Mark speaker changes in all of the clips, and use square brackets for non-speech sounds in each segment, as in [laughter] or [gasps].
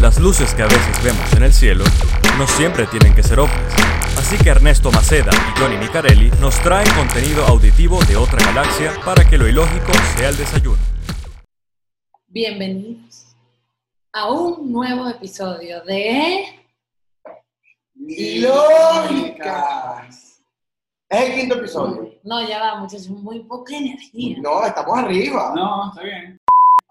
Speaker 1: Las luces que a veces vemos en el cielo no siempre tienen que ser ovnis. Así que Ernesto Maceda y Johnny Micarelli nos traen contenido auditivo de otra galaxia para que lo ilógico sea el desayuno.
Speaker 2: Bienvenidos a un nuevo episodio de...
Speaker 3: Lógicas. Es el quinto episodio.
Speaker 2: No, ya va, muchachos, muy poca energía.
Speaker 3: No, estamos arriba.
Speaker 4: No, está bien.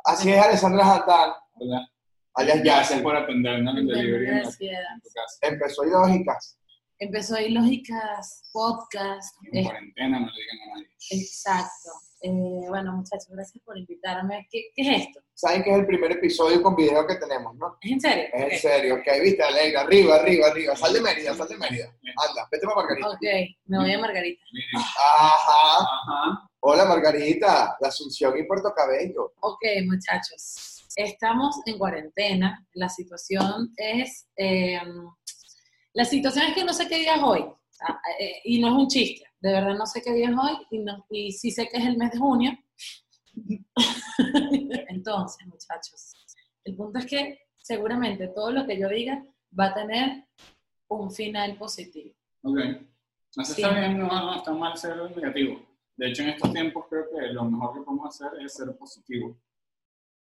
Speaker 3: Así es, Alessandra Jantar.
Speaker 4: Hola.
Speaker 3: Alias
Speaker 4: Gracias
Speaker 3: Yacel.
Speaker 4: por atender, no me delivery en la-
Speaker 2: Gracias.
Speaker 4: en tu casa.
Speaker 3: Empezó Lógicas.
Speaker 2: Empezó Ilógicas Podcast.
Speaker 4: En
Speaker 2: eh,
Speaker 4: cuarentena, no le digan a nadie.
Speaker 2: exacto. Eh, bueno, muchachos, gracias por invitarme. ¿Qué, qué es esto?
Speaker 3: Saben que es el primer episodio con video que tenemos, ¿no?
Speaker 2: ¿Es en serio?
Speaker 3: Es en serio, que ahí viste, alegra, arriba, arriba, arriba. Sal de Mérida, sal de Mérida. Anda, vete para Margarita.
Speaker 2: Ok, me voy a Margarita.
Speaker 4: Miren,
Speaker 3: Ajá.
Speaker 4: Ajá.
Speaker 3: Hola Margarita, la Asunción y Puerto Cabello.
Speaker 2: Ok, muchachos, estamos en cuarentena. La situación es... eh, la situación es que no sé qué día es hoy. Ah, eh, Y no es un chiste. De verdad no sé qué día es hoy y, no- y sí sé que es el mes de junio. [laughs] Entonces, muchachos, el punto es que seguramente todo lo que yo diga va a tener un final positivo.
Speaker 4: Ok. No sé
Speaker 2: Sí.
Speaker 4: si está bien, no, no está mal ser negativo. De hecho, en estos tiempos creo que lo mejor que podemos hacer es ser positivo.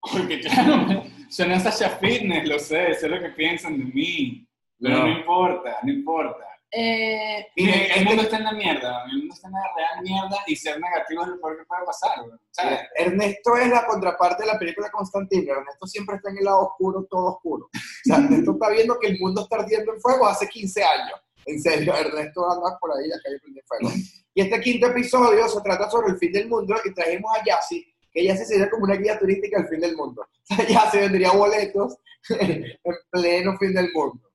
Speaker 4: Porque claro, [laughs] suena Sasha Fitness, lo sé, sé lo que piensan de mí. Pero
Speaker 1: No.
Speaker 4: no, importa, no importa.
Speaker 2: Eh,
Speaker 3: Miren,
Speaker 4: Miren, el
Speaker 3: este-
Speaker 4: mundo está en la mierda, el mundo está en la real mierda y ser negativo es lo peor que puede pasar, ¿sabes?
Speaker 3: Mira, Ernesto es la contraparte de la película Constantino. Ernesto siempre está en el lado oscuro, todo oscuro. O sea, Ernesto está viendo que el mundo está ardiendo en fuego hace 15 años. En serio, Ernesto anda por ahí, la calle prende fuego. Y este quinto episodio se trata sobre el fin del mundo y trajimos a Yassi, que Yassi sería como una guía turística al fin del mundo. O sea, Yassi vendría boletos [laughs] en pleno fin del mundo.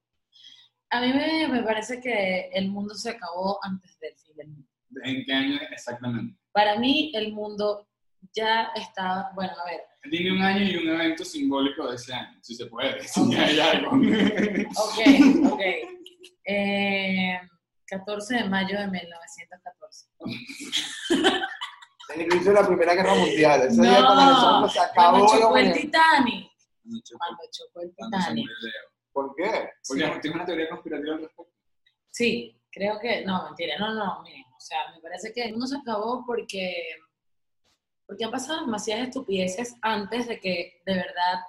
Speaker 2: a mí me, me parece que el mundo se acabó antes del fin del mundo.
Speaker 4: ¿En qué año exactamente?
Speaker 2: Para mí, el mundo ya estaba, bueno, a ver,
Speaker 4: Dime un año y un evento simbólico de ese año, si se puede, [laughs] si hay algo.
Speaker 2: ok, ok. Eh, 14 de mayo de 1914.
Speaker 3: Es el inicio de la Primera Guerra Mundial. Ese día
Speaker 2: No,
Speaker 3: cuando Alessandro se
Speaker 2: Cuando
Speaker 3: acabó la
Speaker 2: chocó el
Speaker 3: humanidad.
Speaker 2: Titanic.
Speaker 4: No, chico,
Speaker 2: Cuando chocó el
Speaker 4: cuando se
Speaker 2: Titanic.
Speaker 4: murió Leo.
Speaker 3: ¿Por qué?
Speaker 4: Porque tengo una teoría conspirativa al respecto.
Speaker 2: Sí, creo que, no, mentira, no, no, miren, o sea, me parece que el mundo se acabó porque, porque han pasado demasiadas estupideces antes de que de verdad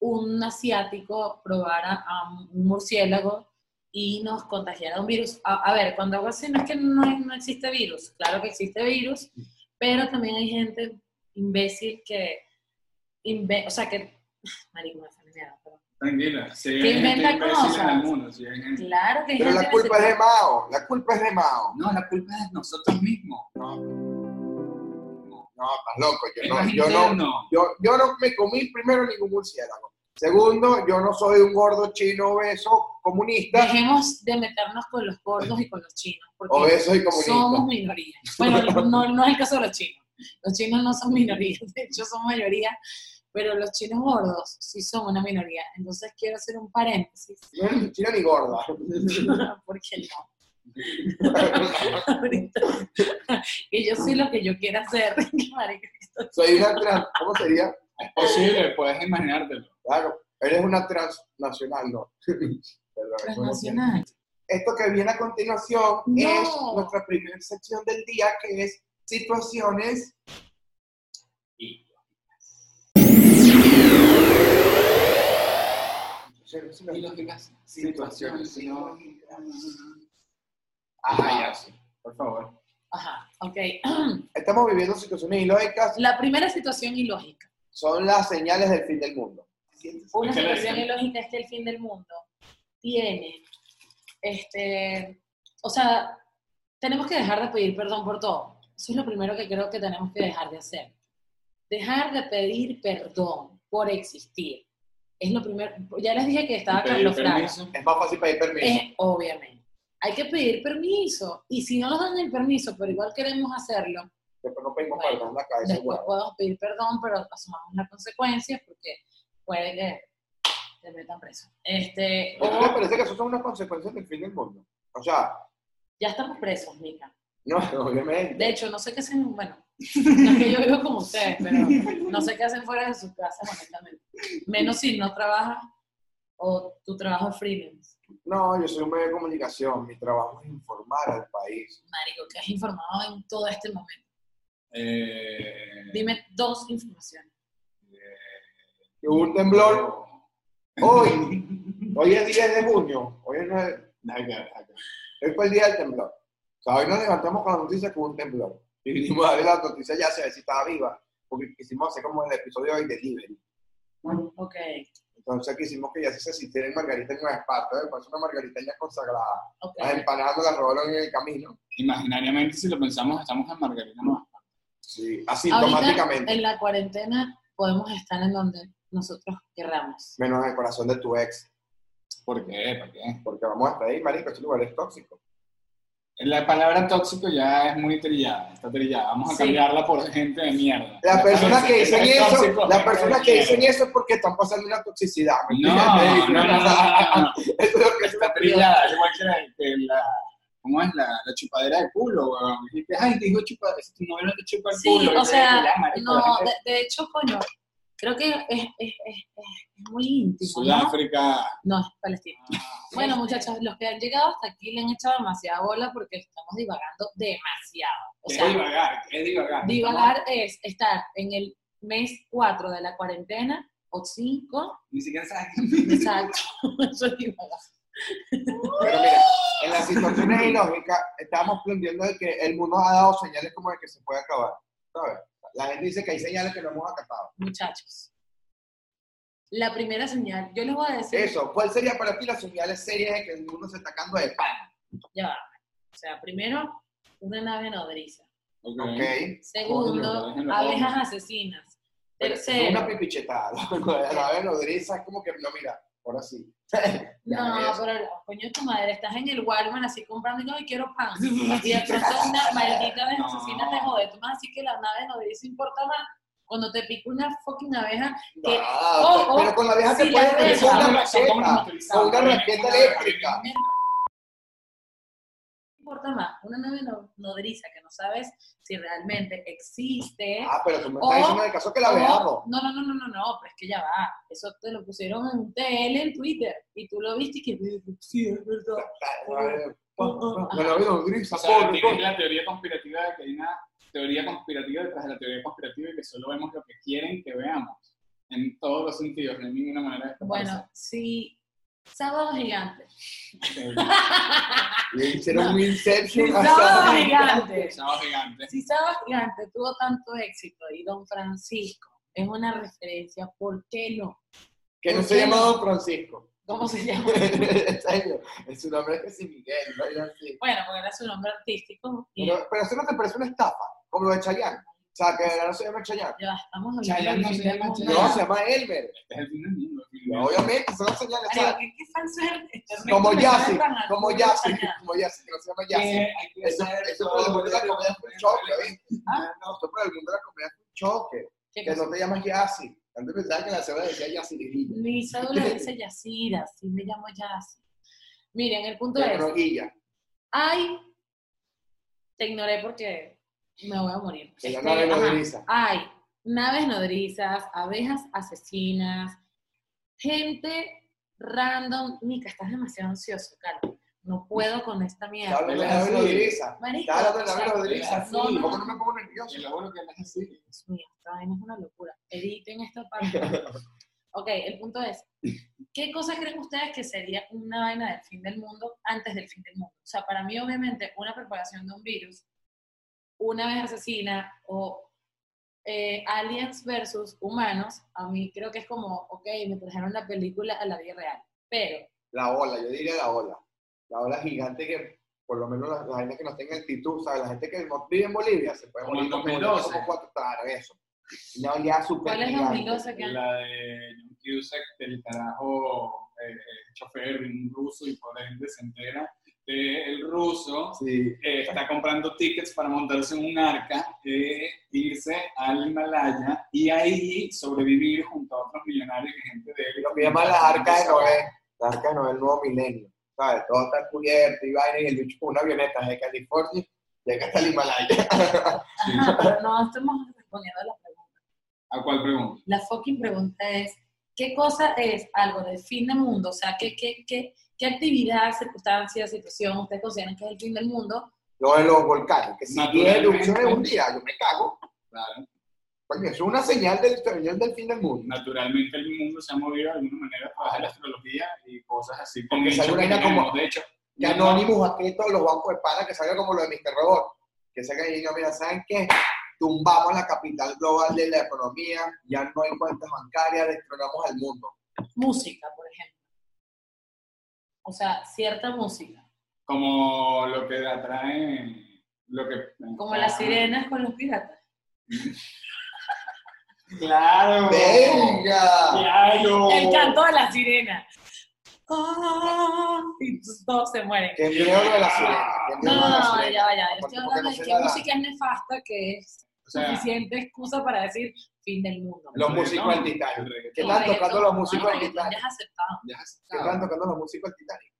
Speaker 2: un asiático probara a un murciélago y nos contagiara un virus. A, a ver, cuando hago así, no es que no, hay- no existe virus, claro que existe virus, pero también hay gente imbécil que, inve- o sea, que, [laughs] marico, me sale mierda, pero
Speaker 4: Tranquila, si
Speaker 2: Que
Speaker 4: hay gente
Speaker 2: inventa
Speaker 4: imbécil en el
Speaker 2: cosas.
Speaker 4: mundo, si hay gente-
Speaker 2: claro que hay
Speaker 3: Pero
Speaker 2: gente
Speaker 3: la culpa es
Speaker 2: necesitada.
Speaker 3: de Mao. La culpa es de Mao.
Speaker 4: No, la culpa es de nosotros mismos.
Speaker 3: No, no, estás loco. Yo
Speaker 4: Es
Speaker 3: no,
Speaker 4: más
Speaker 3: yo, no,
Speaker 4: interno.
Speaker 3: yo, yo no me comí primero ningún murciélago. Segundo, yo no soy un gordo chino obeso comunista.
Speaker 2: Dejemos de meternos con los gordos y con los chinos, porque
Speaker 3: Obeso y comunista.
Speaker 2: somos minoría. Bueno, no, no es el caso de los chinos. Los chinos no son minoría, de hecho son mayoría, pero los chinos gordos sí son una minoría. Entonces quiero hacer un paréntesis,
Speaker 3: No eres ni chino ni gorda. [laughs]
Speaker 2: porque no, ahorita. [laughs] Que yo soy lo que yo quiera hacer. [laughs] que marica, que estoy-
Speaker 3: soy una trans. ¿Cómo sería?
Speaker 4: Es posible, puedes imaginártelo.
Speaker 3: Claro, eres una transnacional, no. [laughs] Perdón,
Speaker 2: Transnacional.
Speaker 3: Esto que viene a continuación
Speaker 2: No.
Speaker 3: es nuestra primera sección del día, que es situaciones
Speaker 4: Y lógicas situaciones Ajá, ya sí, por favor.
Speaker 2: Ajá, ok.
Speaker 3: Estamos viviendo situaciones ilógicas,
Speaker 2: La primera situación ilógica.
Speaker 3: son las señales del fin del mundo.
Speaker 2: Una
Speaker 4: ¿Qué le
Speaker 2: situación
Speaker 4: decían?
Speaker 2: ilógica es que el fin del mundo tiene, este, o sea, tenemos que dejar de pedir perdón por todo. Eso es lo primero que creo que tenemos que dejar de hacer. Dejar de pedir perdón por existir. Es lo primero, ya les dije que estaba
Speaker 4: Pedir
Speaker 2: Carlos Fraga.
Speaker 4: permiso.
Speaker 3: Es más fácil pedir permiso.
Speaker 2: Es, obviamente. Hay que pedir permiso. Y si no nos dan el permiso, pero igual queremos hacerlo,
Speaker 3: Después no pedimos
Speaker 2: Bueno,
Speaker 3: perdón la cabeza.
Speaker 2: después podemos pedir perdón, pero asumamos las consecuencias porque puede que te metan preso. Este,
Speaker 3: ¿A ti te
Speaker 2: o
Speaker 3: parece que eso son unas consecuencias del fin del mundo? O sea,
Speaker 2: ya estamos presos, Mica.
Speaker 3: no, [laughs] obviamente.
Speaker 2: De hecho, no sé qué hacen, bueno, no es que yo vivo como ustedes, pero no sé qué hacen fuera de sus casas, honestamente. Menos si no trabajan o tu trabajo es freelance?
Speaker 3: No, yo soy un medio de comunicación. Mi trabajo es informar al país.
Speaker 2: Marico, que has informado en todo este momento.
Speaker 4: Eh,
Speaker 2: Dime dos informaciones.
Speaker 3: Que hubo un temblor hoy. Hoy es 10 de junio. Hoy es nueve-
Speaker 4: Daga, daga.
Speaker 3: hoy fue el día del temblor. O sea, hoy nos levantamos con la noticia que hubo un temblor. Y vinimos a ver la noticia ya, se ver si estaba viva. Porque quisimos hacer como el episodio de delivery.
Speaker 2: Ok,
Speaker 3: Entonces quisimos que ya se existiera en Margarita en Nueva Esparta. ¿eh? Pues una Margarita ya consagrada.
Speaker 2: ok.
Speaker 3: Las empanadas nos las robaron en el camino.
Speaker 4: Imaginariamente, si lo pensamos, estamos en Margarita Nueva.
Speaker 3: Sí,
Speaker 2: Ahorita,
Speaker 3: asintomáticamente.
Speaker 2: en la cuarentena, podemos estar en donde nosotros querramos.
Speaker 3: Menos en el corazón de tu ex.
Speaker 4: ¿Por qué? ¿Por qué?
Speaker 3: Porque vamos hasta ahí, marico, este lugar es tóxico.
Speaker 4: La palabra tóxico ya es muy trillada, está trillada. Vamos a
Speaker 2: Sí.
Speaker 4: cambiarla por gente de mierda.
Speaker 3: Las personas que dicen
Speaker 4: Es
Speaker 3: eso,
Speaker 4: tóxico,
Speaker 3: las
Speaker 4: gente
Speaker 3: personas
Speaker 4: de
Speaker 3: que
Speaker 4: mierda.
Speaker 3: dicen eso es porque están pasando una toxicidad. ¿me
Speaker 4: No,
Speaker 3: entiendes?
Speaker 4: no, no, no, no, no,
Speaker 3: [laughs] Eso es lo que es
Speaker 4: está
Speaker 3: una
Speaker 4: trillada. Es igual que la, que la ¿cómo es? La, la chupadera de culo, weón. Dijiste, ay, te digo chupadera, si tu novio no te chupa el
Speaker 2: Sí,
Speaker 4: culo.
Speaker 2: o
Speaker 4: Y
Speaker 2: sea,
Speaker 4: yo, ya, marico,
Speaker 2: No,
Speaker 4: la gente
Speaker 2: de, de hecho, coño, creo que es, es- es- es muy
Speaker 4: de
Speaker 2: íntimo. ¿no?
Speaker 4: Sudáfrica.
Speaker 2: No, es Palestina. Bueno, muchachos, los que han llegado hasta aquí le han echado demasiada bola porque estamos divagando demasiado. O
Speaker 4: Es
Speaker 2: sea,
Speaker 4: divagar, es divagar.
Speaker 2: divagar es estar en el mes 4 de la cuarentena o
Speaker 4: [laughs]
Speaker 2: 5.
Speaker 4: Ni siquiera sabes.
Speaker 2: Exacto, eso es divagar.
Speaker 3: Pero mira, en las situaciones ilógicas estábamos planteando de que el mundo ha dado señales como de que se puede acabar. ¿sabes? La gente dice que hay señales que no hemos acatado.
Speaker 2: Muchachos, la primera señal, yo les voy a decir.
Speaker 3: Eso, ¿cuál sería para ti las señales serias de que el mundo se está acabando de pan?
Speaker 2: Ya va. O sea, primero, una nave nodriza.
Speaker 4: Ok.
Speaker 3: ¿Ok?
Speaker 2: Segundo,
Speaker 4: Coño, déjenlo,
Speaker 2: abejas
Speaker 4: coño.
Speaker 2: asesinas.
Speaker 3: Pero es
Speaker 2: Tercero,
Speaker 3: Una pipichetada. [laughs] loco, de La vez nodriza es como que, no, mira, ahora sí.
Speaker 2: No,
Speaker 3: Ya, eso.
Speaker 2: pero coño tu madre, estás en el Walmart así comprando y no, y quiero
Speaker 3: [laughs]
Speaker 2: pan. Y de pronto una maldita abeja
Speaker 4: No.
Speaker 2: asesina te jode. Tú más así que la nave no dice importa más. Cuando te pica una fucking abeja, que-
Speaker 3: Ah,
Speaker 2: ojo,
Speaker 3: pero con la vieja
Speaker 2: si
Speaker 3: te
Speaker 2: Oh, la
Speaker 3: puedes
Speaker 2: dejas-
Speaker 3: meter una
Speaker 4: Son como
Speaker 3: raqueta,
Speaker 4: motorizadas,
Speaker 3: con una
Speaker 4: ¿no?
Speaker 3: raqueta eléctrica.
Speaker 2: importa más. Una nave no- nodriza que no sabes si realmente existe.
Speaker 3: Ah, pero tú me
Speaker 2: O-
Speaker 3: estás diciendo en el caso que la
Speaker 2: o-
Speaker 3: veamos.
Speaker 2: No, no, no, no, no, no, pero es que ya va. Eso te lo pusieron en un TL en Twitter y tú lo viste y que sí, es verdad. Oh,
Speaker 3: No la veo nodriza,
Speaker 4: O sea,
Speaker 3: pobre,
Speaker 4: tienes
Speaker 3: pobre.
Speaker 4: la teoría conspirativa de que hay una teoría conspirativa detrás de la teoría conspirativa y que solo vemos lo que quieren que veamos. En todos los sentidos, no hay ninguna manera de escaparse.
Speaker 2: Bueno, sí. Sábado gigante.
Speaker 4: Ok.
Speaker 3: Le hicieron
Speaker 2: No.
Speaker 3: un
Speaker 2: Sí,
Speaker 3: inception a
Speaker 2: sábado
Speaker 3: Sandra.
Speaker 2: gigante.
Speaker 4: Sábado gigante.
Speaker 2: Si Sábado gigante tuvo tanto éxito y Don Francisco es una referencia, ¿por qué no?
Speaker 3: Que no se llama Don Francisco. [laughs]
Speaker 2: ¿Cómo se llama?
Speaker 3: En serio, su nombre es que sí, Miguel, no era así.
Speaker 2: Bueno, porque era su nombre artístico. Y
Speaker 3: Pero, pero eso no te parece una estafa, como lo de Chayanne. O sea, que no se llama Chayanne.
Speaker 2: ya estamos
Speaker 4: Chayanne
Speaker 2: hablando
Speaker 4: no se
Speaker 2: de
Speaker 4: llama
Speaker 2: música.
Speaker 3: No, se llama Elmer.
Speaker 4: Este es el fin del mundo. el fin del mundo.
Speaker 3: Obviamente, son las señales. o
Speaker 2: Marico,
Speaker 3: sea,
Speaker 2: ¿Qué, qué falso es este?
Speaker 3: Como
Speaker 2: Me
Speaker 3: Yassi,
Speaker 2: tratan a-
Speaker 3: como Yassi, como Yassi, que no se llama Yassi.
Speaker 4: Eh, hay que
Speaker 3: Eso,
Speaker 4: hacer
Speaker 3: eso
Speaker 4: todo,
Speaker 3: para el mundo de la
Speaker 4: todo,
Speaker 3: comedia fue un
Speaker 4: todo,
Speaker 3: choque,
Speaker 4: todo.
Speaker 3: ¿viste?
Speaker 2: ¿Ah?
Speaker 3: No, eso para el mundo de la comedia fue un choque.
Speaker 2: ¿Qué
Speaker 3: [laughs] Que
Speaker 2: cosa?
Speaker 3: no te llamas Yassi. Antes pensaba que la cédula decía Yassi Lirilla.
Speaker 2: Mi cédula dice Yacira, sí me llamo Yassi. Miren, el punto es,
Speaker 3: Pero Guilla,
Speaker 2: ay, te ignoré porque me voy a morir.
Speaker 3: que la
Speaker 2: Este,
Speaker 3: nave
Speaker 2: ajá.
Speaker 3: nodriza.
Speaker 2: Hay naves nodrizas, abejas asesinas, gente random. Mica, estás demasiado ansioso, Carlos. No puedo con esta
Speaker 3: Está
Speaker 2: mierda.
Speaker 3: hablando de
Speaker 4: Él
Speaker 3: la
Speaker 4: es
Speaker 3: nave
Speaker 4: así.
Speaker 3: nodriza.
Speaker 2: Marico,
Speaker 3: Está hablando de la
Speaker 2: o sea,
Speaker 3: nave nodriza.
Speaker 4: así.
Speaker 2: no, no,
Speaker 3: ¿Cómo
Speaker 2: no.
Speaker 3: no me pongo
Speaker 4: Y
Speaker 3: nervioso?
Speaker 4: lo bueno que él es así.
Speaker 2: Dios mío, esta vaina es una locura. Editen esta parte. ok, el punto es, ¿qué cosas creen ustedes que sería una vaina del fin del mundo antes del fin del mundo? O sea, para mí obviamente una propagación de un virus, una vez asesina o eh, aliens versus humanos, a mí creo que es como, ok, me trajeron la película a la vida real. Pero,
Speaker 3: La ola, yo diría la ola. La ola gigante que, por lo menos, la, la gente que no tenga altitud, ¿sabes? La gente que no vive en Bolivia se puede
Speaker 4: Como
Speaker 3: morir
Speaker 4: en
Speaker 3: como
Speaker 4: 2012.
Speaker 3: como cuatro claro, eso. Una oleada súper
Speaker 2: ¿cuál es la
Speaker 3: gigante.
Speaker 2: humildosa que [laughs]
Speaker 4: La de John Cusack, del carajo eh, chofer, un ruso y por ende se entera que el ruso
Speaker 3: Sí.
Speaker 4: eh, está comprando tickets para montarse en un arca, eh, irse al Himalaya y ahí sobrevivir junto a otros millonarios y gente de él.
Speaker 3: Y Lo que llaman las arcas de Noé. Las arcas de Noé, el nuevo milenio. ¿Sabes? Todo está cubierto y vaina y el bicho con una avioneta desde California llega hasta el Himalaya. [laughs]
Speaker 2: Ajá, pero no estamos respondiendo a la pregunta.
Speaker 4: ¿A cuál pregunta?
Speaker 2: La fucking pregunta es, ¿Qué cosa es algo del fin del mundo? O sea, ¿qué, qué, qué, qué actividad, circunstancia, situación ustedes consideran que es el fin del mundo?
Speaker 3: Lo de los volcanes, que si tiene
Speaker 4: Naturalmente.
Speaker 3: erupciones un día, yo me cago.
Speaker 4: Claro.
Speaker 3: Porque es una señal del, señal del fin del mundo.
Speaker 4: Naturalmente el mundo se ha movido de alguna manera a través de la astrología y cosas así.
Speaker 3: Porque
Speaker 4: de hecho,
Speaker 3: seguro
Speaker 4: que
Speaker 3: era
Speaker 4: tenemos,
Speaker 3: como-
Speaker 4: de hecho,
Speaker 3: Que
Speaker 4: no-
Speaker 3: Anonymous aquí todos los bancos de pana que salga como lo de Mr. Robot. Que salga y diga, mira, ¿saben qué? Tumbamos la capital global de la economía, ya no hay cuentas bancarias, destronamos al mundo.
Speaker 2: Música, por ejemplo. O sea, cierta música.
Speaker 4: como lo que atrae, lo que...
Speaker 2: Como las sirenas con los piratas.
Speaker 4: Claro.
Speaker 3: ¡Venga!
Speaker 4: Claro.
Speaker 2: El canto de la sirena. Ah, y todos se mueren.
Speaker 3: Que miedo lo de la sirena. que miedo
Speaker 2: No, no,
Speaker 3: lo de la
Speaker 2: no,
Speaker 3: sirena.
Speaker 2: ya, va, ya. va. Yo
Speaker 3: Porque-
Speaker 2: estoy
Speaker 3: porque
Speaker 2: hablando
Speaker 3: no
Speaker 2: de
Speaker 3: se
Speaker 2: qué
Speaker 3: la da.
Speaker 2: música es nefasta que es
Speaker 4: O sea,
Speaker 2: suficiente excusa para decir fin del mundo.
Speaker 3: Los
Speaker 4: Reggaetón,
Speaker 3: músicos del Titanic.
Speaker 4: reggaetón.
Speaker 3: Que están tocando los músicos del
Speaker 2: del
Speaker 3: Titanic.
Speaker 2: Ya es aceptado.
Speaker 4: Ya
Speaker 3: Que
Speaker 4: está.
Speaker 3: están tocando los músicos del Titanic.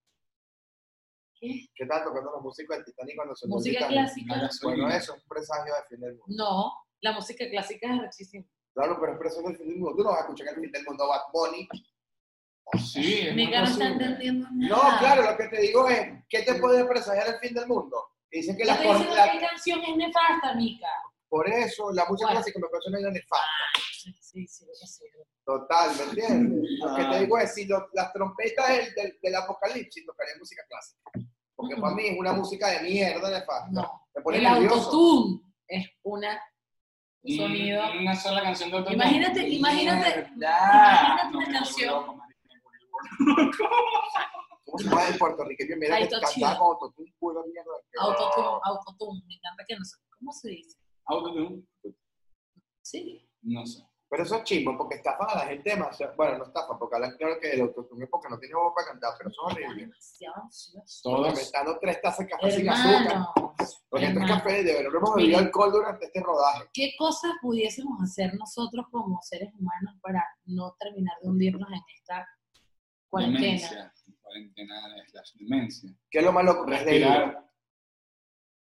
Speaker 2: ¿Qué?
Speaker 3: Que están tocando los músicos del Titanic cuando se
Speaker 2: Música clásica.
Speaker 3: Bueno, eso es un presagio del fin del mundo.
Speaker 2: No, la música clásica es rechísima.
Speaker 3: Claro, pero es presagio del fin del mundo. Tú no vas a escuchar el fin del mundo Bad Bunny.
Speaker 4: Sí, es
Speaker 2: Mi
Speaker 4: muy
Speaker 2: cara no está
Speaker 4: posible.
Speaker 2: entendiendo
Speaker 3: No,
Speaker 2: nada.
Speaker 3: claro, lo que te digo es, ¿qué te puede presagiar el fin del mundo? Dicen que
Speaker 2: Yo
Speaker 3: la,
Speaker 2: estoy diciendo
Speaker 3: la-
Speaker 2: que qué canción es nefasta, mica.
Speaker 3: por eso la música
Speaker 2: Bueno.
Speaker 3: clásica me parece una idea nefasta.
Speaker 2: Sí, sí, sí, lo que sea.
Speaker 3: Total, ¿me entiendes? Lo que
Speaker 4: Ah.
Speaker 3: te digo es, si lo- las trompetas del, del, del apocalipsis tocarían música clásica. Porque
Speaker 2: Ujú.
Speaker 3: para mí es una música de mierda nefasta.
Speaker 2: No.
Speaker 3: Me pone
Speaker 2: El
Speaker 3: nervioso.
Speaker 2: autotune es una, un sonido.
Speaker 4: Mm, Una sola canción de autotune.
Speaker 2: Imagínate- imagínate-
Speaker 4: Mierda.
Speaker 2: imagínate una
Speaker 4: me
Speaker 2: canción.
Speaker 4: vuelvo loco, marica.
Speaker 3: ¿Cómo se llama el puertorriqueño? Mira,
Speaker 2: Ay,
Speaker 3: que
Speaker 2: tochino.
Speaker 3: cantaba con autotune puro mierda.
Speaker 2: Autotune, autotune. Me encanta que no sé. ¿Cómo se dice?
Speaker 4: Autotune.
Speaker 2: Sí.
Speaker 4: No sé.
Speaker 3: Pero eso es chismo, porque estafan a la gente demasiado. Bueno, no estafan, porque hablan claro que el autotune es porque no tiene voz para cantar, pero eso es horrible.
Speaker 2: Demasiado ansioso.
Speaker 3: Porque me
Speaker 4: Todos.
Speaker 3: están dando tres tazas de café sin azúcar.
Speaker 2: Hermano,
Speaker 3: Porque tres
Speaker 2: hermano.
Speaker 3: cafés de verdad no hemos bebido
Speaker 2: Mira.
Speaker 3: alcohol durante este rodaje.
Speaker 2: ¿qué cosas pudiésemos hacer nosotros como seres humanos para no terminar de hundirnos en esta cuarentena?
Speaker 4: Demencia. Cuarentena slash demencia.
Speaker 3: ¿Qué es lo más loco que has leído?
Speaker 4: Respirar.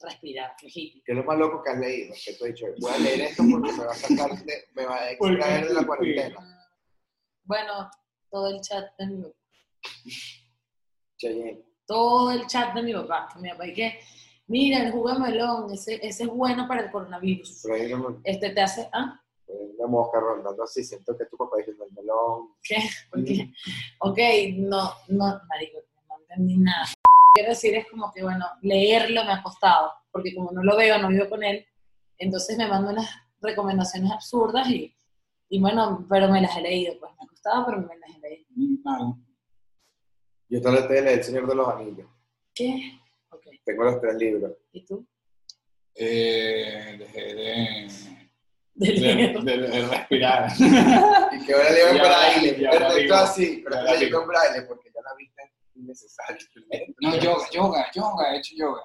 Speaker 2: Respirar, fíjate.
Speaker 3: ¿Qué es lo más loco que has leído? Que tú has dicho, voy a leer esto porque me va a sacar de, me va a
Speaker 4: Porque
Speaker 3: extraer de la
Speaker 4: sí.
Speaker 3: cuarentena.
Speaker 2: Bueno, todo el chat de mi papá.
Speaker 3: Cheyenne.
Speaker 2: Todo el chat de mi papá. Que mi papá y que, mira, el jugo de melón, ese, ese es bueno para el coronavirus.
Speaker 3: Pero ahí no me-
Speaker 2: Este te hace, ah,
Speaker 3: una mosca rondando así, siento que tu papá diciendo el melón.
Speaker 2: ¿qué? Porque, ok, no, no, marico, no entendí nada. Quiero decir, es como que, bueno, leerlo me ha costado, porque como no lo veo, no vivo con él, entonces me manda unas recomendaciones absurdas y, y bueno, pero me las he leído, pues me ha costado, pero me las he leído.
Speaker 4: Mm, Claro.
Speaker 3: Yo te de leer El Señor de los Anillos.
Speaker 2: ¿Qué? Ok,
Speaker 3: Tengo los tres libros.
Speaker 2: ¿y tú? [laughs]
Speaker 4: Eh, dejé de,
Speaker 2: De
Speaker 4: de,
Speaker 2: leer.
Speaker 4: de- de
Speaker 2: [laughs]
Speaker 4: respirar.
Speaker 3: Y que ahora leo en
Speaker 4: Y ahora-
Speaker 3: braille.
Speaker 4: y ahora
Speaker 3: Perfecto
Speaker 4: digo,
Speaker 3: así, pero
Speaker 4: ahora
Speaker 3: ahora leo
Speaker 4: digo.
Speaker 3: en braille porque ya la vista es innecesaria.
Speaker 4: [laughs] No, yoga, yoga, yoga. He hecho yoga.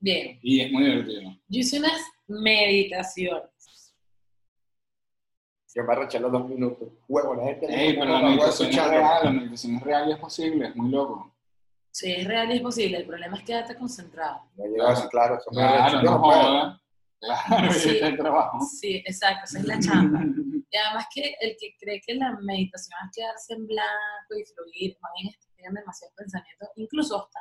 Speaker 2: Bien,
Speaker 4: Y es muy divertido.
Speaker 2: yo hice unas meditaciones.
Speaker 3: Yo me arreché los dos minutos. Huevo, la gente.
Speaker 4: Ey, pero la meditación es real, la meditación es real y es posible, es muy loco.
Speaker 2: Sí, es real y es posible, el problema es quedarte concentrado.
Speaker 3: No llegaba así, claro. Eso me
Speaker 4: Claro,
Speaker 3: arreché. Yo
Speaker 4: no
Speaker 3: no puedo.
Speaker 4: joda. Claro, [laughs]
Speaker 2: Sí.
Speaker 4: ese es el trabajo.
Speaker 2: Sí, exacto, esa es la chamba. Y además que el que cree que la meditación es quedarse en blanco y fluir, más bien es que tienen demasiados pensamientos, incluso hasta,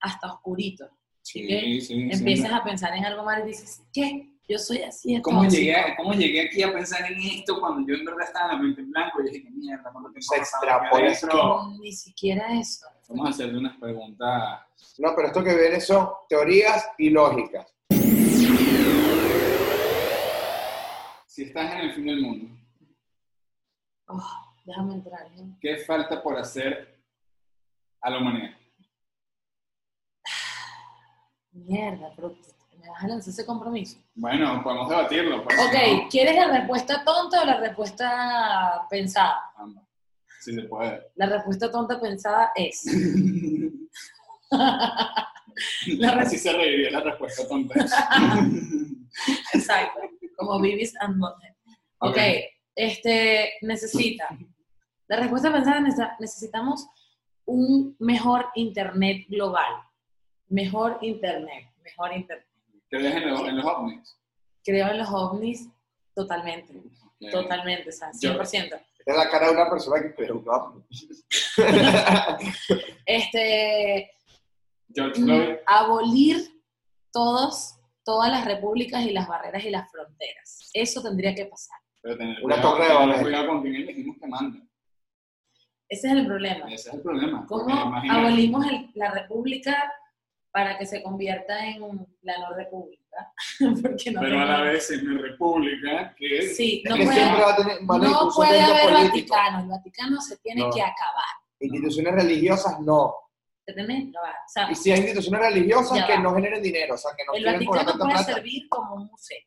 Speaker 2: hasta oscuritos.
Speaker 4: Sí,
Speaker 2: que
Speaker 4: sí, sí.
Speaker 2: Empiezas a pensar en algo mal y dices, ¿qué? Yo soy así. de
Speaker 4: ¿Cómo
Speaker 2: tóxico".
Speaker 4: llegué, a- ¿Cómo llegué aquí a pensar en esto cuando yo en verdad estaba en la mente en blanco? Y dije, que mierda, cuando te
Speaker 3: Se extrapola.
Speaker 2: Ni siquiera eso.
Speaker 4: Vamos a hacerle unas preguntas.
Speaker 3: No, pero esto que viene son teorías y lógicas.
Speaker 4: Si estás en el fin del mundo,
Speaker 2: Oh, déjame entrar. ¿no?
Speaker 4: ¿qué falta por hacer a la humanidad?
Speaker 2: Mierda, pero te- me vas a lanzar ese compromiso.
Speaker 4: Bueno, podemos debatirlo. pues,
Speaker 2: Ok, ¿quieres la respuesta tonta o la respuesta pensada?
Speaker 4: ¿no? Ambas, Si se puede.
Speaker 2: La respuesta tonta pensada
Speaker 4: [laughs]
Speaker 2: es...
Speaker 4: Así se revivió la
Speaker 3: [laughs]
Speaker 4: respuesta tonta.
Speaker 2: Exacto. Como Bibis and Butthead. Ok,
Speaker 4: Ok.
Speaker 2: este, necesita. La respuesta pensada nece- necesitamos un mejor internet global. Mejor internet, mejor internet.
Speaker 4: ¿Crees en los, en los ovnis?
Speaker 2: Creo en los ovnis totalmente,
Speaker 4: Ok.
Speaker 2: totalmente, o sea,
Speaker 4: Yo-
Speaker 2: 100%.
Speaker 3: Esta es la cara de una persona que creo no.
Speaker 2: Este,
Speaker 4: George
Speaker 3: Mm.
Speaker 4: Floyd,
Speaker 2: abolir todos, todas las repúblicas y las barreras y las fronteras. Eso tendría que pasar.
Speaker 4: pero tener
Speaker 3: Una
Speaker 4: cuidado,
Speaker 3: torre de
Speaker 4: tener
Speaker 3: valores.
Speaker 4: cuidado con quién elegimos que manda.
Speaker 2: Ese es el problema.
Speaker 4: Ese es el problema.
Speaker 2: ¿Cómo
Speaker 4: porque imagínate,
Speaker 2: abolimos el- la república para que se convierta en la no república? [laughs] Porque no
Speaker 4: Pero a la
Speaker 2: tenemos-
Speaker 4: vez es mi república que es
Speaker 2: Sí, no
Speaker 3: que
Speaker 2: puede,
Speaker 3: siempre va a tener van a
Speaker 2: no
Speaker 3: discusiones
Speaker 2: puede haber
Speaker 3: políticas.
Speaker 2: Vaticano. El Vaticano se tiene
Speaker 4: No.
Speaker 2: que acabar.
Speaker 3: Instituciones religiosas no.
Speaker 2: Se tiene- no va, o sea,
Speaker 3: Y si hay instituciones religiosas
Speaker 2: Ya
Speaker 3: que
Speaker 2: va.
Speaker 3: no generen dinero, o sea, que no
Speaker 2: el
Speaker 3: quieren cobrar
Speaker 2: Vaticano
Speaker 3: tanta
Speaker 2: puede
Speaker 3: plata.
Speaker 2: servir como un museo.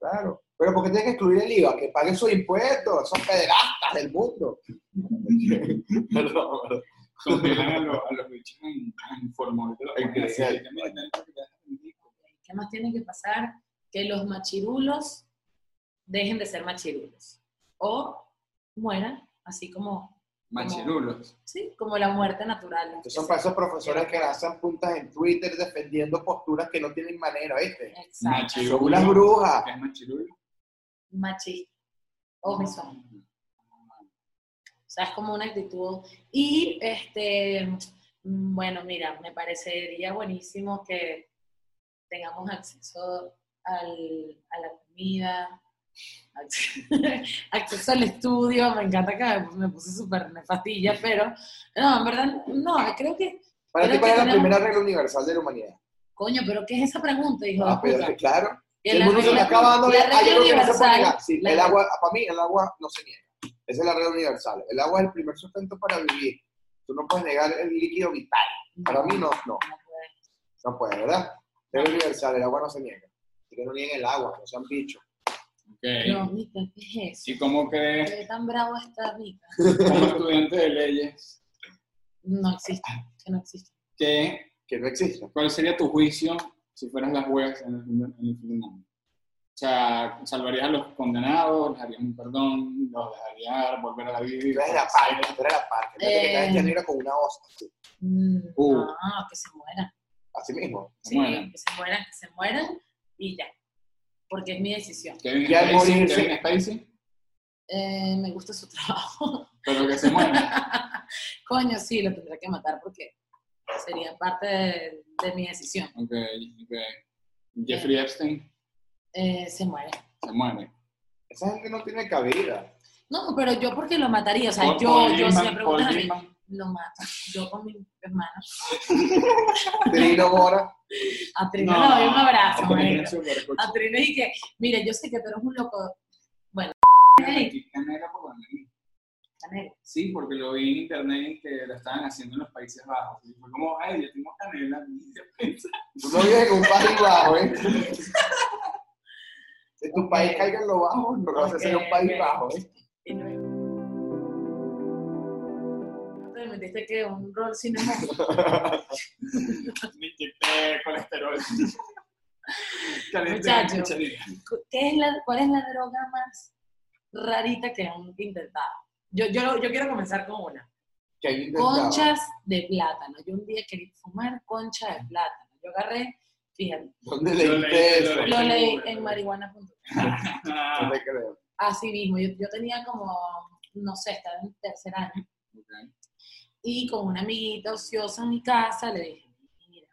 Speaker 3: Claro. Pero porque tienes que excluir el IVA, que paguen sus impuestos, son pederastas del mundo. Perdón, perdón.
Speaker 4: congelan a, los- a los bichos en, en formol de la
Speaker 3: Ay,
Speaker 4: moneda,
Speaker 3: que
Speaker 4: así
Speaker 3: sea.
Speaker 4: que, mira, tenés que quedar bendito.
Speaker 2: ¿Qué más tiene que pasar? Que los machirulos dejen de ser machirulos. O mueran, así como,
Speaker 4: Machirulos.
Speaker 2: sí, como la muerte natural.
Speaker 3: Estos son para esos profesores que lanzan puntas en Twitter defendiendo posturas que no tienen manera, ¿viste?
Speaker 2: Exacto.
Speaker 4: Machirulo.
Speaker 3: Son unas brujas.
Speaker 4: ¿Qué es machirulo?
Speaker 2: Machista. O misógino. O sea, es como una actitud. Y, este, mm, bueno, mira, me parecería buenísimo que tengamos acceso al, a la comida, [laughs] ac- acceso al estudio. Me encanta que me, me puse súper nefastilla, pero no, en verdad, no, creo que,
Speaker 3: Para ti,
Speaker 2: Creo
Speaker 3: ¿cuál
Speaker 2: que
Speaker 3: es la
Speaker 2: tenemos-
Speaker 3: primera regla universal de la humanidad?
Speaker 2: coño, pero ¿qué es esa pregunta, hijo
Speaker 3: Ah,
Speaker 2: de
Speaker 3: pero
Speaker 2: puta?
Speaker 3: claro.
Speaker 2: Que
Speaker 3: Si el
Speaker 2: la
Speaker 3: mundo se
Speaker 2: regla-
Speaker 3: está acabando,
Speaker 2: la
Speaker 3: hay
Speaker 2: regla
Speaker 3: algo que no se puede
Speaker 2: universal,
Speaker 3: negar. Sí,
Speaker 2: la-
Speaker 3: el agua, para mí, el agua no se niega. Esa es la regla universal. El agua es el primer sustento para vivir. Tú no puedes negar el líquido vital. Para mí, no, no. No puede, ¿verdad? Regla universal, el agua no se niega. Así que no nieguen el agua, no sean bichos.
Speaker 4: Ok.
Speaker 2: No, Mica, ¿qué es eso?
Speaker 4: ¿Y cómo crees,
Speaker 2: ¿Qué tan bravo está Mica?
Speaker 4: como estudiante de leyes,
Speaker 2: No existe, que no existe.
Speaker 4: que,
Speaker 3: Que no exista.
Speaker 4: cuál sería tu juicio si fueras las juez en el, en el tribunal? O sea, ¿salvarías a los condenados? ¿Les harías un perdón? ¿Los dejarías volver a la vida?
Speaker 3: Tú eres la parte, tú eres la parte. Fíjate que
Speaker 2: Eh.
Speaker 3: caes llanero con una osa. así.
Speaker 2: Mm,
Speaker 4: Uh.
Speaker 2: No, que se mueran.
Speaker 3: Así mismo.
Speaker 2: Sí,
Speaker 4: mueran.
Speaker 2: que se mueran, que se mueran y ya. Porque es mi decisión.
Speaker 4: Kevin
Speaker 3: Ya al
Speaker 4: Spacey,
Speaker 3: morirse.
Speaker 4: Kevin Spacey,
Speaker 2: Eh, me gusta su [laughs] trabajo.
Speaker 4: pero que se muera.
Speaker 2: Coño, sí, lo tendré que matar porque sería parte de, de mi decisión.
Speaker 4: Ok, ok. Jeffrey Epstein
Speaker 2: Eh, se muere.
Speaker 4: se muere.
Speaker 3: Esa gente no tiene cabida.
Speaker 2: No, pero yo porque lo mataría. O sea,
Speaker 4: Paul-
Speaker 2: yo,
Speaker 4: Paul
Speaker 2: yo, si me
Speaker 4: Newman- Paul
Speaker 2: preguntan a mí,
Speaker 4: Newman.
Speaker 2: lo mato. Yo con mi hermano.
Speaker 3: Trino Mora.
Speaker 2: A Trino le doy un abrazo, Ah,
Speaker 4: no,
Speaker 2: marico.
Speaker 4: súper cool.
Speaker 2: A Trino y que, mire, yo sé que tú eres un loco. Bueno, hey,
Speaker 4: Aquí, Canela, por donde vi.
Speaker 2: Canela.
Speaker 4: Sí, porque lo vi en internet que lo estaban haciendo en los Países Bajos. Y fue como, ay, ya tengo canela. y [laughs] de repente-
Speaker 3: Tú no vives en un país bajo, ¿eh? Si tu país caiga en lo bajo, no lo vas a hacer en un país
Speaker 2: Ok, ok.
Speaker 3: bajo, ¿eh?
Speaker 2: Y luego. Te metiste que un rol sin amor.
Speaker 4: Me inyecté colesterol. [laughs] Calenté la
Speaker 2: Muchacho. [laughs]
Speaker 4: cucharita.
Speaker 2: ¿Qué es la, ¿Cuál es la droga más rarita que han intentado? Yo, yo, yo quiero comenzar con una.
Speaker 3: Que hay intentado.
Speaker 2: Conchas de plátano. Yo un día quería fumar concha de plátano. Yo agarré, fíjate,
Speaker 3: ¿Dónde
Speaker 4: Lo leí,
Speaker 3: leíste
Speaker 4: lo
Speaker 3: eso?
Speaker 4: leí.
Speaker 2: lo leí en marihuana.com.
Speaker 3: No
Speaker 4: Ah,
Speaker 3: te creo.
Speaker 2: Así mismo, yo, yo tenía como, no sé, estaba en tercer año.
Speaker 4: ok.
Speaker 2: Y con una amiguita ociosa en mi casa le dije, mira,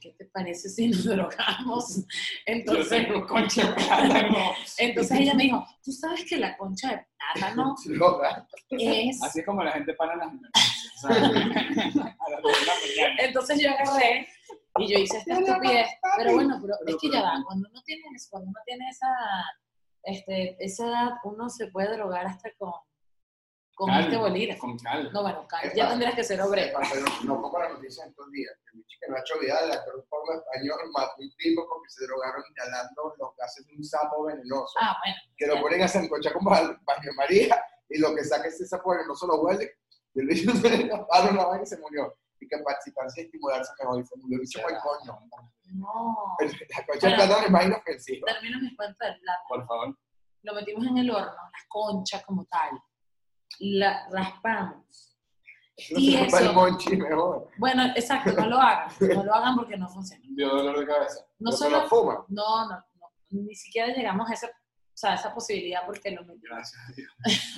Speaker 2: ¿qué te parece si nos drogamos?
Speaker 4: Yo
Speaker 2: Entonces,
Speaker 4: tengo concha de plátano.
Speaker 2: entonces ella me dijo, tú sabes que la concha de plátano
Speaker 3: Loca.
Speaker 2: es...
Speaker 4: Así es como la gente para las emergencias.
Speaker 2: [laughs]
Speaker 4: ¿sabes? A las dos de la mañana.
Speaker 2: Entonces yo agarré y yo hice esta estupidez. Pero bueno, pero es que ya va, cuando uno tiene, cuando uno tiene esa, este, esa edad, uno se puede drogar hasta con, con
Speaker 4: Cal,
Speaker 2: este bolígrafo.
Speaker 4: Con cal.
Speaker 2: No, bueno, cal- ya tendrías que ser obrero.
Speaker 3: Pero no como la noticia en estos días. El bicho que Nacho Vidal, el actor porno español, mató un tipo porque se drogaron inhalando los gases de un sapo venenoso.
Speaker 2: Ah, bueno.
Speaker 3: que lo ponen a sancochar con ba- baño María y lo que saca es esa puerta, no se lo huele. Y el bicho [laughs] se le taparon la vaina y se murió. Y capacitancia de estimularse mejor. Y se murió el bicho por el coño.
Speaker 2: No.
Speaker 3: El- La concha de plátano es más inofensiva.
Speaker 2: Termino mi cuenta del plátano.
Speaker 4: Por favor.
Speaker 2: Lo metimos en el horno, las conchas como tal. La raspamos.
Speaker 3: No
Speaker 2: Y
Speaker 3: [laughs] se compra
Speaker 2: eso.
Speaker 3: el monchi mejor.
Speaker 2: Bueno, exacto, no lo hagan. No lo hagan porque no funciona.
Speaker 4: Dio dolor de cabeza.
Speaker 2: No
Speaker 3: se
Speaker 2: solo
Speaker 3: lo fuma.
Speaker 2: No, no, no, ni siquiera llegamos a ese o sea, esa posibilidad porque lo metió.
Speaker 4: Gracias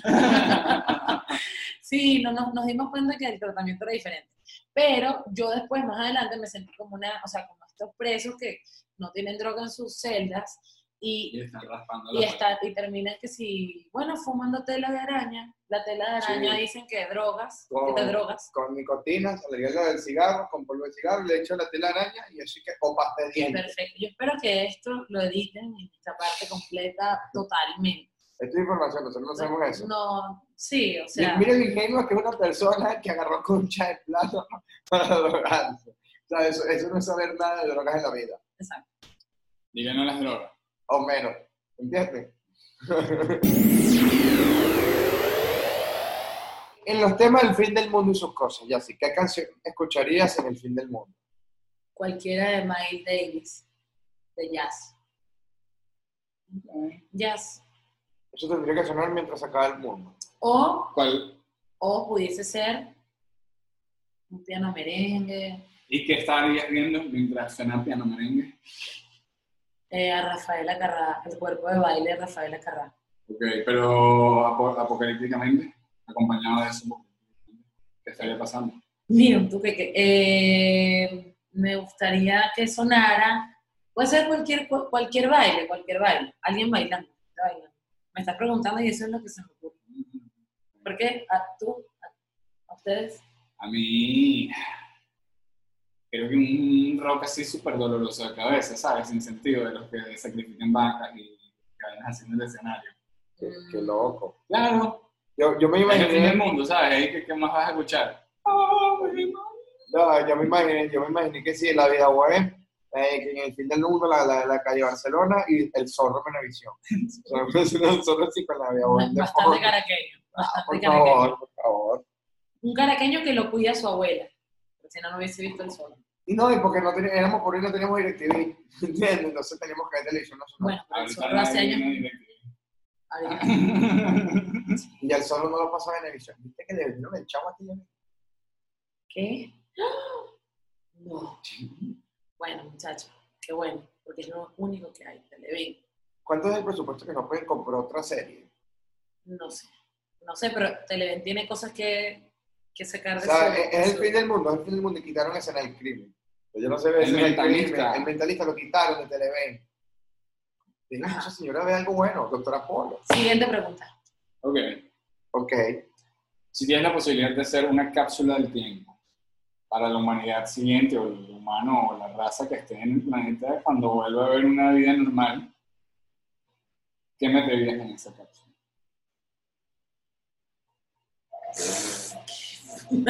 Speaker 4: a Dios.
Speaker 2: [laughs] Sí, no, nos- nos dimos cuenta que el tratamiento era diferente. Pero yo después, más adelante, me sentí como una, o sea, como estos presos que no tienen droga en sus celdas
Speaker 4: Y
Speaker 2: y,
Speaker 4: están raspando la
Speaker 2: y, está, y terminas que si, bueno, fumando tela de araña, la tela de araña
Speaker 3: Sí. Oh.
Speaker 2: dicen que drogas,
Speaker 3: Wow.
Speaker 2: que te drogas.
Speaker 3: Con nicotina, alergia del cigarro, con polvo de cigarro, le echo la tela araña y así que copas de dientes.
Speaker 2: Perfecto. Yo espero que esto lo editen en esta parte completa totalmente.
Speaker 3: Esta es información, nosotros no sabemos eso.
Speaker 2: No, sí, o
Speaker 3: Y
Speaker 2: sea,
Speaker 3: mira el ingenuo que es una persona que agarró concha de plátano [laughs] para drogarse. O sea, eso, eso no es saber nada de drogas en la vida.
Speaker 2: exacto.
Speaker 4: Díganos las drogas.
Speaker 3: O menos. ¿Entiendes? [laughs] en los temas del fin del mundo y sus cosas, ya sí. ¿Qué canción escucharías en el fin del mundo?
Speaker 2: Cualquiera de Miles Davis, de jazz. Jazz.
Speaker 3: Eso tendría que sonar mientras se acaba el mundo.
Speaker 2: O
Speaker 4: ¿Cuál?
Speaker 2: O pudiese ser un piano merengue,
Speaker 4: ¿Y qué estarías viendo mientras suena piano merengue?
Speaker 2: eh, a Rafaela Carrá, el cuerpo de baile de Rafaela Carrá.
Speaker 4: Ok, pero apo- apocalípticamente, acompañado de eso, ¿qué estaría pasando?
Speaker 2: Mira, tú que, eh, me gustaría que sonara, puede ser cualquier, cu- cualquier baile, cualquier baile, alguien bailando, está bailando. Me estás preguntando y eso es lo que se me ocurre. ¿Por qué? ¿A tú? ¿A ustedes?
Speaker 4: A mí, creo que un rock así súper doloroso de cabeza, ¿sabes? Sin sentido, de los que sacrifican vacas y cadenas así en el escenario.
Speaker 3: Qué,
Speaker 2: Mm.
Speaker 3: qué loco.
Speaker 4: Claro,
Speaker 3: Yo, yo me
Speaker 4: es el fin del
Speaker 3: imaginé,
Speaker 4: mundo, ¿sabes? Ahí que, que más vas a escuchar.
Speaker 2: Oh,
Speaker 4: Ay, mamá.
Speaker 3: no, yo me imaginé, yo me imaginé que sí, la vida web, eh, que en el fin del mundo la, la, la calle Barcelona y el zorro
Speaker 2: [laughs]
Speaker 3: Menevisión. pues, el zorro sí con la vida web. de
Speaker 2: Bastante
Speaker 3: fondo.
Speaker 2: caraqueño, bastante
Speaker 3: Por
Speaker 2: caraqueño.
Speaker 3: favor, por favor.
Speaker 2: Un caraqueño que lo cuida su abuela, porque si no, no hubiese visto el sol.
Speaker 3: Y no, y porque no teníamos, éramos por no teníamos DirecTV, ¿entiendes? Entonces teníamos que ver televisión nacional.
Speaker 2: Bueno, pero el
Speaker 4: Ahorita
Speaker 2: sol hace
Speaker 4: nadie
Speaker 2: años. Ah,
Speaker 4: viene
Speaker 2: ahorita-
Speaker 4: directo.
Speaker 3: Y ya el solo no lo pasaba en televisión. ¿Viste que le vino el chavo a ti?
Speaker 2: ¿Qué? [gasps] No. Bueno, muchachos, qué bueno, porque es lo único que hay, Televen.
Speaker 3: ¿Cuánto es el presupuesto que no pueden comprar otra serie?
Speaker 2: No sé, no sé, pero Televen tiene cosas que, que sacar
Speaker 3: O
Speaker 2: de
Speaker 3: sea,
Speaker 2: su-
Speaker 3: es, es el
Speaker 2: su-
Speaker 3: fin del mundo, es el fin del mundo y quitaron la escena del crimen. Pero Yo no sé ver
Speaker 4: El
Speaker 3: escena del
Speaker 4: mentalista.
Speaker 3: crimen. El mentalista lo quitaron de Televen.
Speaker 4: Ah.
Speaker 3: Dije,
Speaker 2: Ajá.
Speaker 3: esa señora ve algo bueno, doctora Polo.
Speaker 2: Siguiente pregunta. [laughs]
Speaker 4: Ok,
Speaker 3: Ok,
Speaker 4: si tienes la posibilidad de hacer una cápsula del tiempo para la humanidad siguiente o el humano o la raza que esté en el planeta cuando vuelva a haber una vida normal, ¿qué meterías en esa cápsula?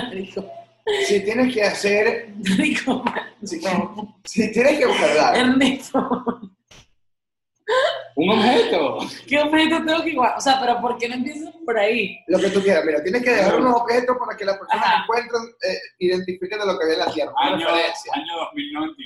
Speaker 2: Marico,
Speaker 3: si tienes que hacer,
Speaker 2: marico,
Speaker 3: si, [laughs] si tienes que guardar,
Speaker 2: Ernesto, [laughs]
Speaker 4: ¡Un objeto!
Speaker 2: ¿qué objeto tengo que guardar? O sea, pero ¿por qué no empiezas por ahí?
Speaker 3: lo que tú quieras, mira, tienes que dejar unos objetos para que las personas
Speaker 2: Ajá.
Speaker 3: encuentren, eh, identifiquen de lo que ve en la Tierra. una
Speaker 4: [laughs] Año,
Speaker 3: referencia.
Speaker 4: año 2099.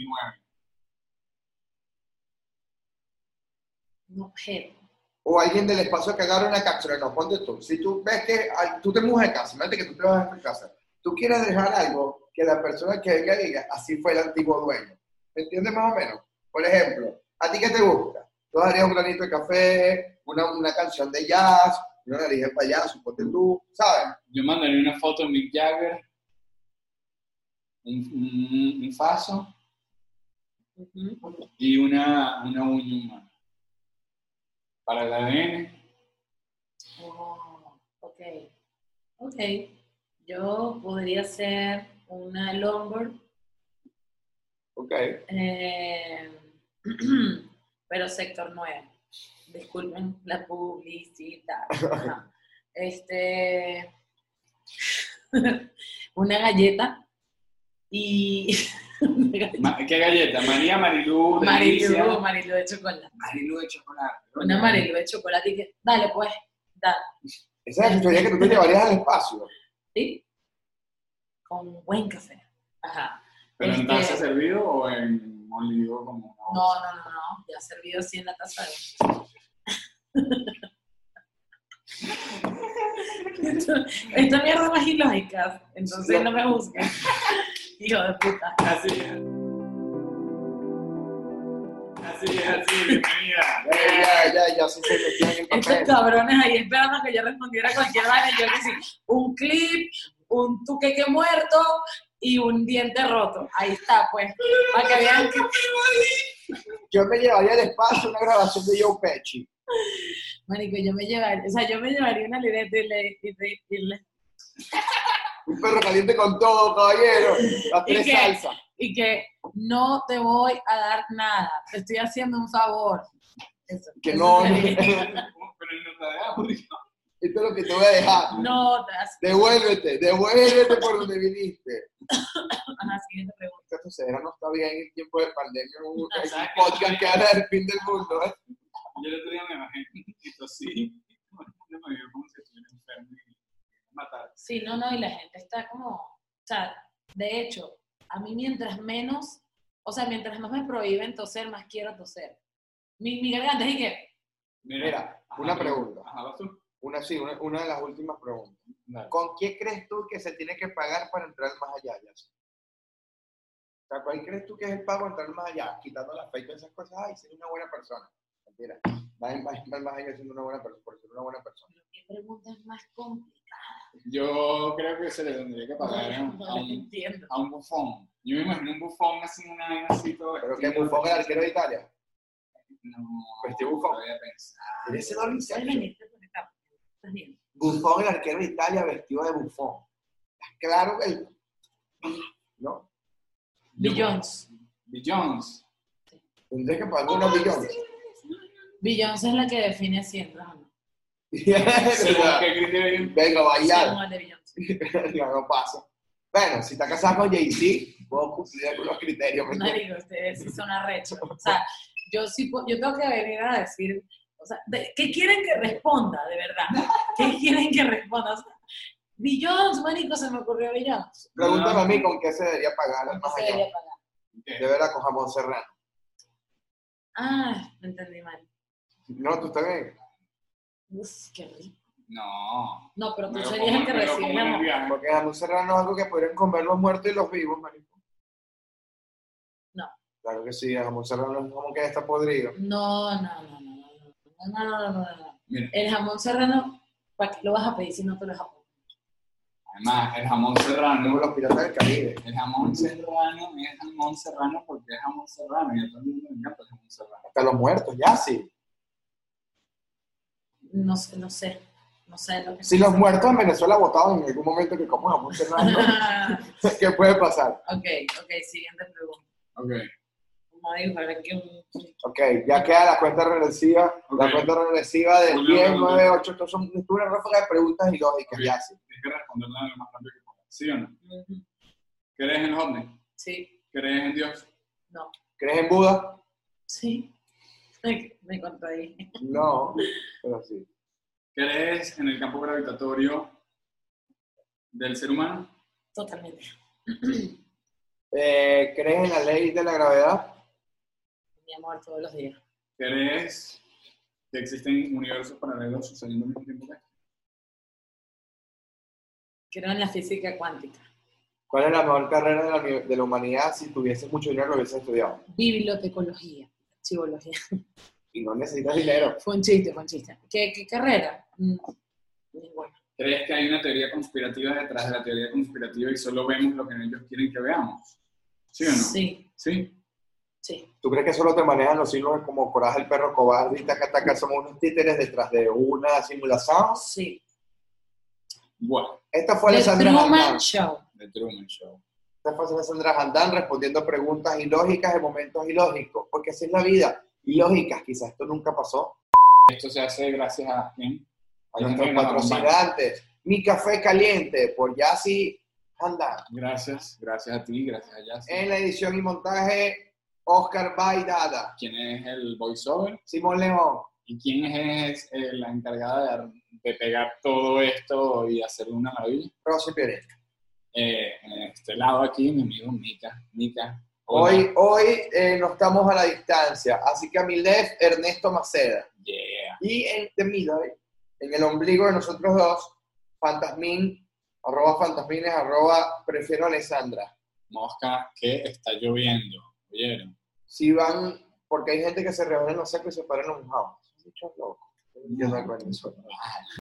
Speaker 2: Un objeto.
Speaker 3: o alguien del espacio que agarre una cápsula, no, ponte tú. Si tú ves que ay, tú te mudas de casa, imagínate que tú te vas de casa, tú quieres dejar algo que la persona que venga diga, así fue el antiguo dueño. ¿Me entiendes más o menos? Por ejemplo, ¿a ti qué te gusta? Tú harías un granito de café, una, una canción de jazz, una nariz de payaso, ponte tú, ¿sabes?
Speaker 4: Yo mandaría una foto de Mick Jagger, un, un, un faso
Speaker 2: Ujú.
Speaker 4: y una, una uña humana. Para el ADN,
Speaker 2: Oh, ok, ok. Yo podría ser una longboard
Speaker 3: Ok.
Speaker 2: Eh, [clears throat] pero sector 9. Disculpen la publicidad. Ajá. Este, [laughs] una galleta y [laughs]
Speaker 4: Ma- ¿Qué galleta? María Marilú. Delicia.
Speaker 2: amarillo, amarillo de chocolate.
Speaker 4: Marilú de chocolate.
Speaker 2: Un amarillo de chocolate y que, dale pues, da,
Speaker 3: Esa es la historia que tú te llevarías al espacio.
Speaker 2: ¿sí? Con buen café. Ajá.
Speaker 4: ¿Pero en
Speaker 2: Este-
Speaker 4: taza servido o en molido como una
Speaker 2: No, no, no, no, ya servido así en la taza de Esto- [laughs] Esta mierda es más ilógica, entonces no me busquen. Hijo de puta.
Speaker 4: Así es. Así así, es así, bienvenida.
Speaker 3: Ya, ya, ya, ya, sí se metía en el
Speaker 2: Estos
Speaker 3: papel.
Speaker 2: cabrones ahí esperando que yo respondiera cualquier vaina. Yo que sí, un clip, un tuqueque muerto y un diente roto. Ahí está, pues. Para que vean que...
Speaker 3: Yo me llevaría al espacio una grabación de Joe Pesci.
Speaker 2: Marico, yo me llevaría, o sea, yo me llevaría una libreta y le... Y le- y le-
Speaker 3: Un perro caliente con todo, caballero. Las
Speaker 2: ¿Y
Speaker 3: tres
Speaker 2: qué?
Speaker 3: salsas.
Speaker 2: y que no te voy a dar nada. Te estoy haciendo un favor. Eso.
Speaker 3: Que no, no.
Speaker 2: Eso sería.
Speaker 4: Pero en nota de audio.
Speaker 3: Esto es lo que te voy a dejar.
Speaker 2: No, te das-
Speaker 3: Devuélvete, devuélvete por donde viniste.
Speaker 2: ajá, siguiente pregunta.
Speaker 3: Esto sucederá, no está bien en tiempo de pandemia. Un,
Speaker 4: Ah,
Speaker 3: es un
Speaker 4: ¿sabes qué?
Speaker 3: podcast que habla del fin del mundo. ¿eh?
Speaker 4: Yo el otro día me bajé un poquito así. Yo me veo como si estuviera enfermo y me matara.
Speaker 2: Sí, no, no, y la gente está como, o sea, de hecho, a mí mientras menos, o sea, mientras más me prohíben toser, más quiero toser. Mi, mi garganta es que,
Speaker 3: Mira, una pregunta.
Speaker 4: Ajá, vas tú.
Speaker 3: Una, sí, una, una de las últimas preguntas.
Speaker 4: Dale.
Speaker 3: ¿Con qué crees tú que se tiene que pagar para entrar más allá? Yas? O sea, ¿cuál crees tú que es el pago para entrar más allá? Quitando la fecha y esas cosas, ay, ser una buena persona. Mentira, nadie va a entrar más allá siendo una buena persona, por ser una buena persona.
Speaker 2: pero qué pregunta es más complicada.
Speaker 4: Yo creo que se le tendría que pagar a
Speaker 2: No,
Speaker 4: un, a
Speaker 2: la
Speaker 4: un-
Speaker 2: entiendo.
Speaker 4: a un bufón. Yo me imagino un bufón así, una vaina así todo.
Speaker 3: Pero que
Speaker 4: vestido.
Speaker 3: Buffon era el arquero de Italia.
Speaker 4: No,
Speaker 3: Vestido bufón.
Speaker 4: lo había pensado.
Speaker 3: Eres ese doble
Speaker 2: Ustedes
Speaker 3: incendio.
Speaker 2: veniste con esta- ¿Estás bien?
Speaker 3: Buffon, el arquero de Italia, vestido de bufón. Claro que el- No,
Speaker 2: Bill Jones.
Speaker 4: Bill Jones.
Speaker 3: tendré que pagar unos millones.
Speaker 2: Beyoncé es la que define si entras o no.
Speaker 3: [laughs]
Speaker 4: Según qué criterio.
Speaker 3: Venga,
Speaker 2: Sí,
Speaker 3: bailar. [laughs]
Speaker 2: como el de Beyoncé.
Speaker 3: Ya no pasa. Bueno, si está casado con Jay-Z, puedo cumplir algunos criterios. ¿me [laughs] entiendes?
Speaker 2: Marico, ustedes este, sí son arrechos. O sea, yo sí, po- yo tengo que venir a decir, o sea, de- ¿qué quieren que responda, de verdad? ¿Qué quieren que responda? O sea, Billions, marico, se me ocurrió Billions.
Speaker 3: Pregúntame a mí con qué se debería pagar
Speaker 2: ¿Cómo
Speaker 3: al más
Speaker 2: se
Speaker 3: allá.
Speaker 2: debería pagar?
Speaker 3: De verdad, con jamón serrano.
Speaker 2: Ah, me entendí mal.
Speaker 3: No, tú también.
Speaker 2: Uf, qué rico.
Speaker 4: No.
Speaker 2: No, pero tú
Speaker 4: Me lo
Speaker 2: serías
Speaker 4: como-
Speaker 2: el que
Speaker 4: me lo
Speaker 2: recibe
Speaker 4: como
Speaker 2: la
Speaker 4: en el
Speaker 2: mo-
Speaker 4: viaje.
Speaker 3: Porque jamón serrano es algo que podrían comer los muertos y los vivos, marico.
Speaker 2: No.
Speaker 3: Claro que sí, el jamón serrano es como que está podrido.
Speaker 2: No, no, no, no, no, no, no, no, no, no, no.
Speaker 4: Mira,
Speaker 2: El jamón serrano, ¿para qué lo vas a pedir si no te lo vas a poner?
Speaker 4: además, el jamón
Speaker 3: Como
Speaker 4: serrano.
Speaker 3: los piratas del Caribe.
Speaker 4: El jamón serrano es jamón serrano porque es jamón serrano. Y a todo el mundo le encanta el jamón serrano.
Speaker 3: Hasta los muertos, ya sí.
Speaker 2: No sé, no sé, no sé lo que
Speaker 3: Si los
Speaker 2: [laughs]
Speaker 3: muertos en Venezuela votaban en algún momento que coman jamón serrano,
Speaker 4: [laughs]
Speaker 3: ¿qué puede pasar?
Speaker 2: Ok, ok, siguiente pregunta.
Speaker 4: Ok.
Speaker 2: Como dijo, ahora que un...
Speaker 3: Ok, ya queda la cuenta regresiva. La
Speaker 4: Ok.
Speaker 3: cuenta regresiva de
Speaker 4: Una
Speaker 3: 10,
Speaker 4: pregunta.
Speaker 3: 9, 8. Esto son una ráfaga de preguntas ilógicas,
Speaker 4: Ok.
Speaker 3: ya sí.
Speaker 4: Tienes que responderla lo más rápido que puedas. ¿Sí o no?
Speaker 2: Ujú,
Speaker 4: ¿Crees en los ovnis?
Speaker 2: Sí,
Speaker 4: ¿Crees en Dios?
Speaker 2: no,
Speaker 3: ¿Crees en Buda?
Speaker 2: sí. Ay, Me contradije.
Speaker 3: No, pero sí.
Speaker 4: ¿Crees en el campo gravitatorio del ser humano?
Speaker 2: Totalmente.
Speaker 3: Eh, ¿Crees en la ley de la gravedad?
Speaker 2: Mi amor, todos los días.
Speaker 4: ¿Crees que existen universos paralelos sucediendo al mismo tiempo que
Speaker 2: Creo en la física cuántica.
Speaker 3: ¿Cuál es la mejor carrera de la, uni- de la humanidad si tuviese mucho dinero lo hubiese estudiado?
Speaker 2: Bibliotecología. Chivología.
Speaker 3: Y no necesitas dinero.
Speaker 2: [laughs] Fue un chiste, fue un chiste. ¿Qué, qué carrera? Mm, Ninguna.
Speaker 4: ¿Crees que hay una teoría conspirativa detrás de la teoría conspirativa y solo vemos lo que ellos quieren que veamos? ¿Sí o no?
Speaker 2: Sí,
Speaker 4: ¿Sí?
Speaker 2: sí.
Speaker 3: ¿Tú crees que solo te manejan los signos como coraje el perro cobarde y taca taca somos unos títeres detrás de una simulación?
Speaker 2: Sí.
Speaker 4: Bueno,
Speaker 3: Esta fue
Speaker 2: The
Speaker 3: Alessandra Jandán.
Speaker 2: Truman Show.
Speaker 4: The Truman Show.
Speaker 3: Esta fue Alessandra Jandán respondiendo preguntas ilógicas en momentos ilógicos. Porque así es la vida. Ilógicas, quizás esto nunca pasó.
Speaker 4: Esto se hace gracias a quién?
Speaker 3: A nuestros
Speaker 4: Alessandra Jandán.
Speaker 3: patrocinantes. Mi café caliente por Yassi Jandán.
Speaker 4: Gracias, gracias a ti, gracias a Jazz.
Speaker 3: En la edición y montaje, Oscar Baidada,
Speaker 4: ¿Quién es el voiceover?
Speaker 3: Simón León,
Speaker 4: ¿Y quién es eh, la encargada de, ar- de pegar todo esto y hacer una maravilla?
Speaker 3: Rosy Pioret.
Speaker 4: Eh, en este lado aquí, mi amigo Mika. Mika. hola.
Speaker 3: Hoy, hoy eh, no estamos a la distancia, así que a mi left, Ernesto Maceda.
Speaker 4: Yeah.
Speaker 3: Y en the middle, en el ombligo de nosotros dos, Fantasmin, arroba fantasmines, arroba prefiero Alessandra.
Speaker 4: Mosca que está lloviendo. ¿Oyeron?
Speaker 3: Si van porque hay gente que se reúne en los sacos y se paran los mojados. Son bichos locos. Yo no creo en eso.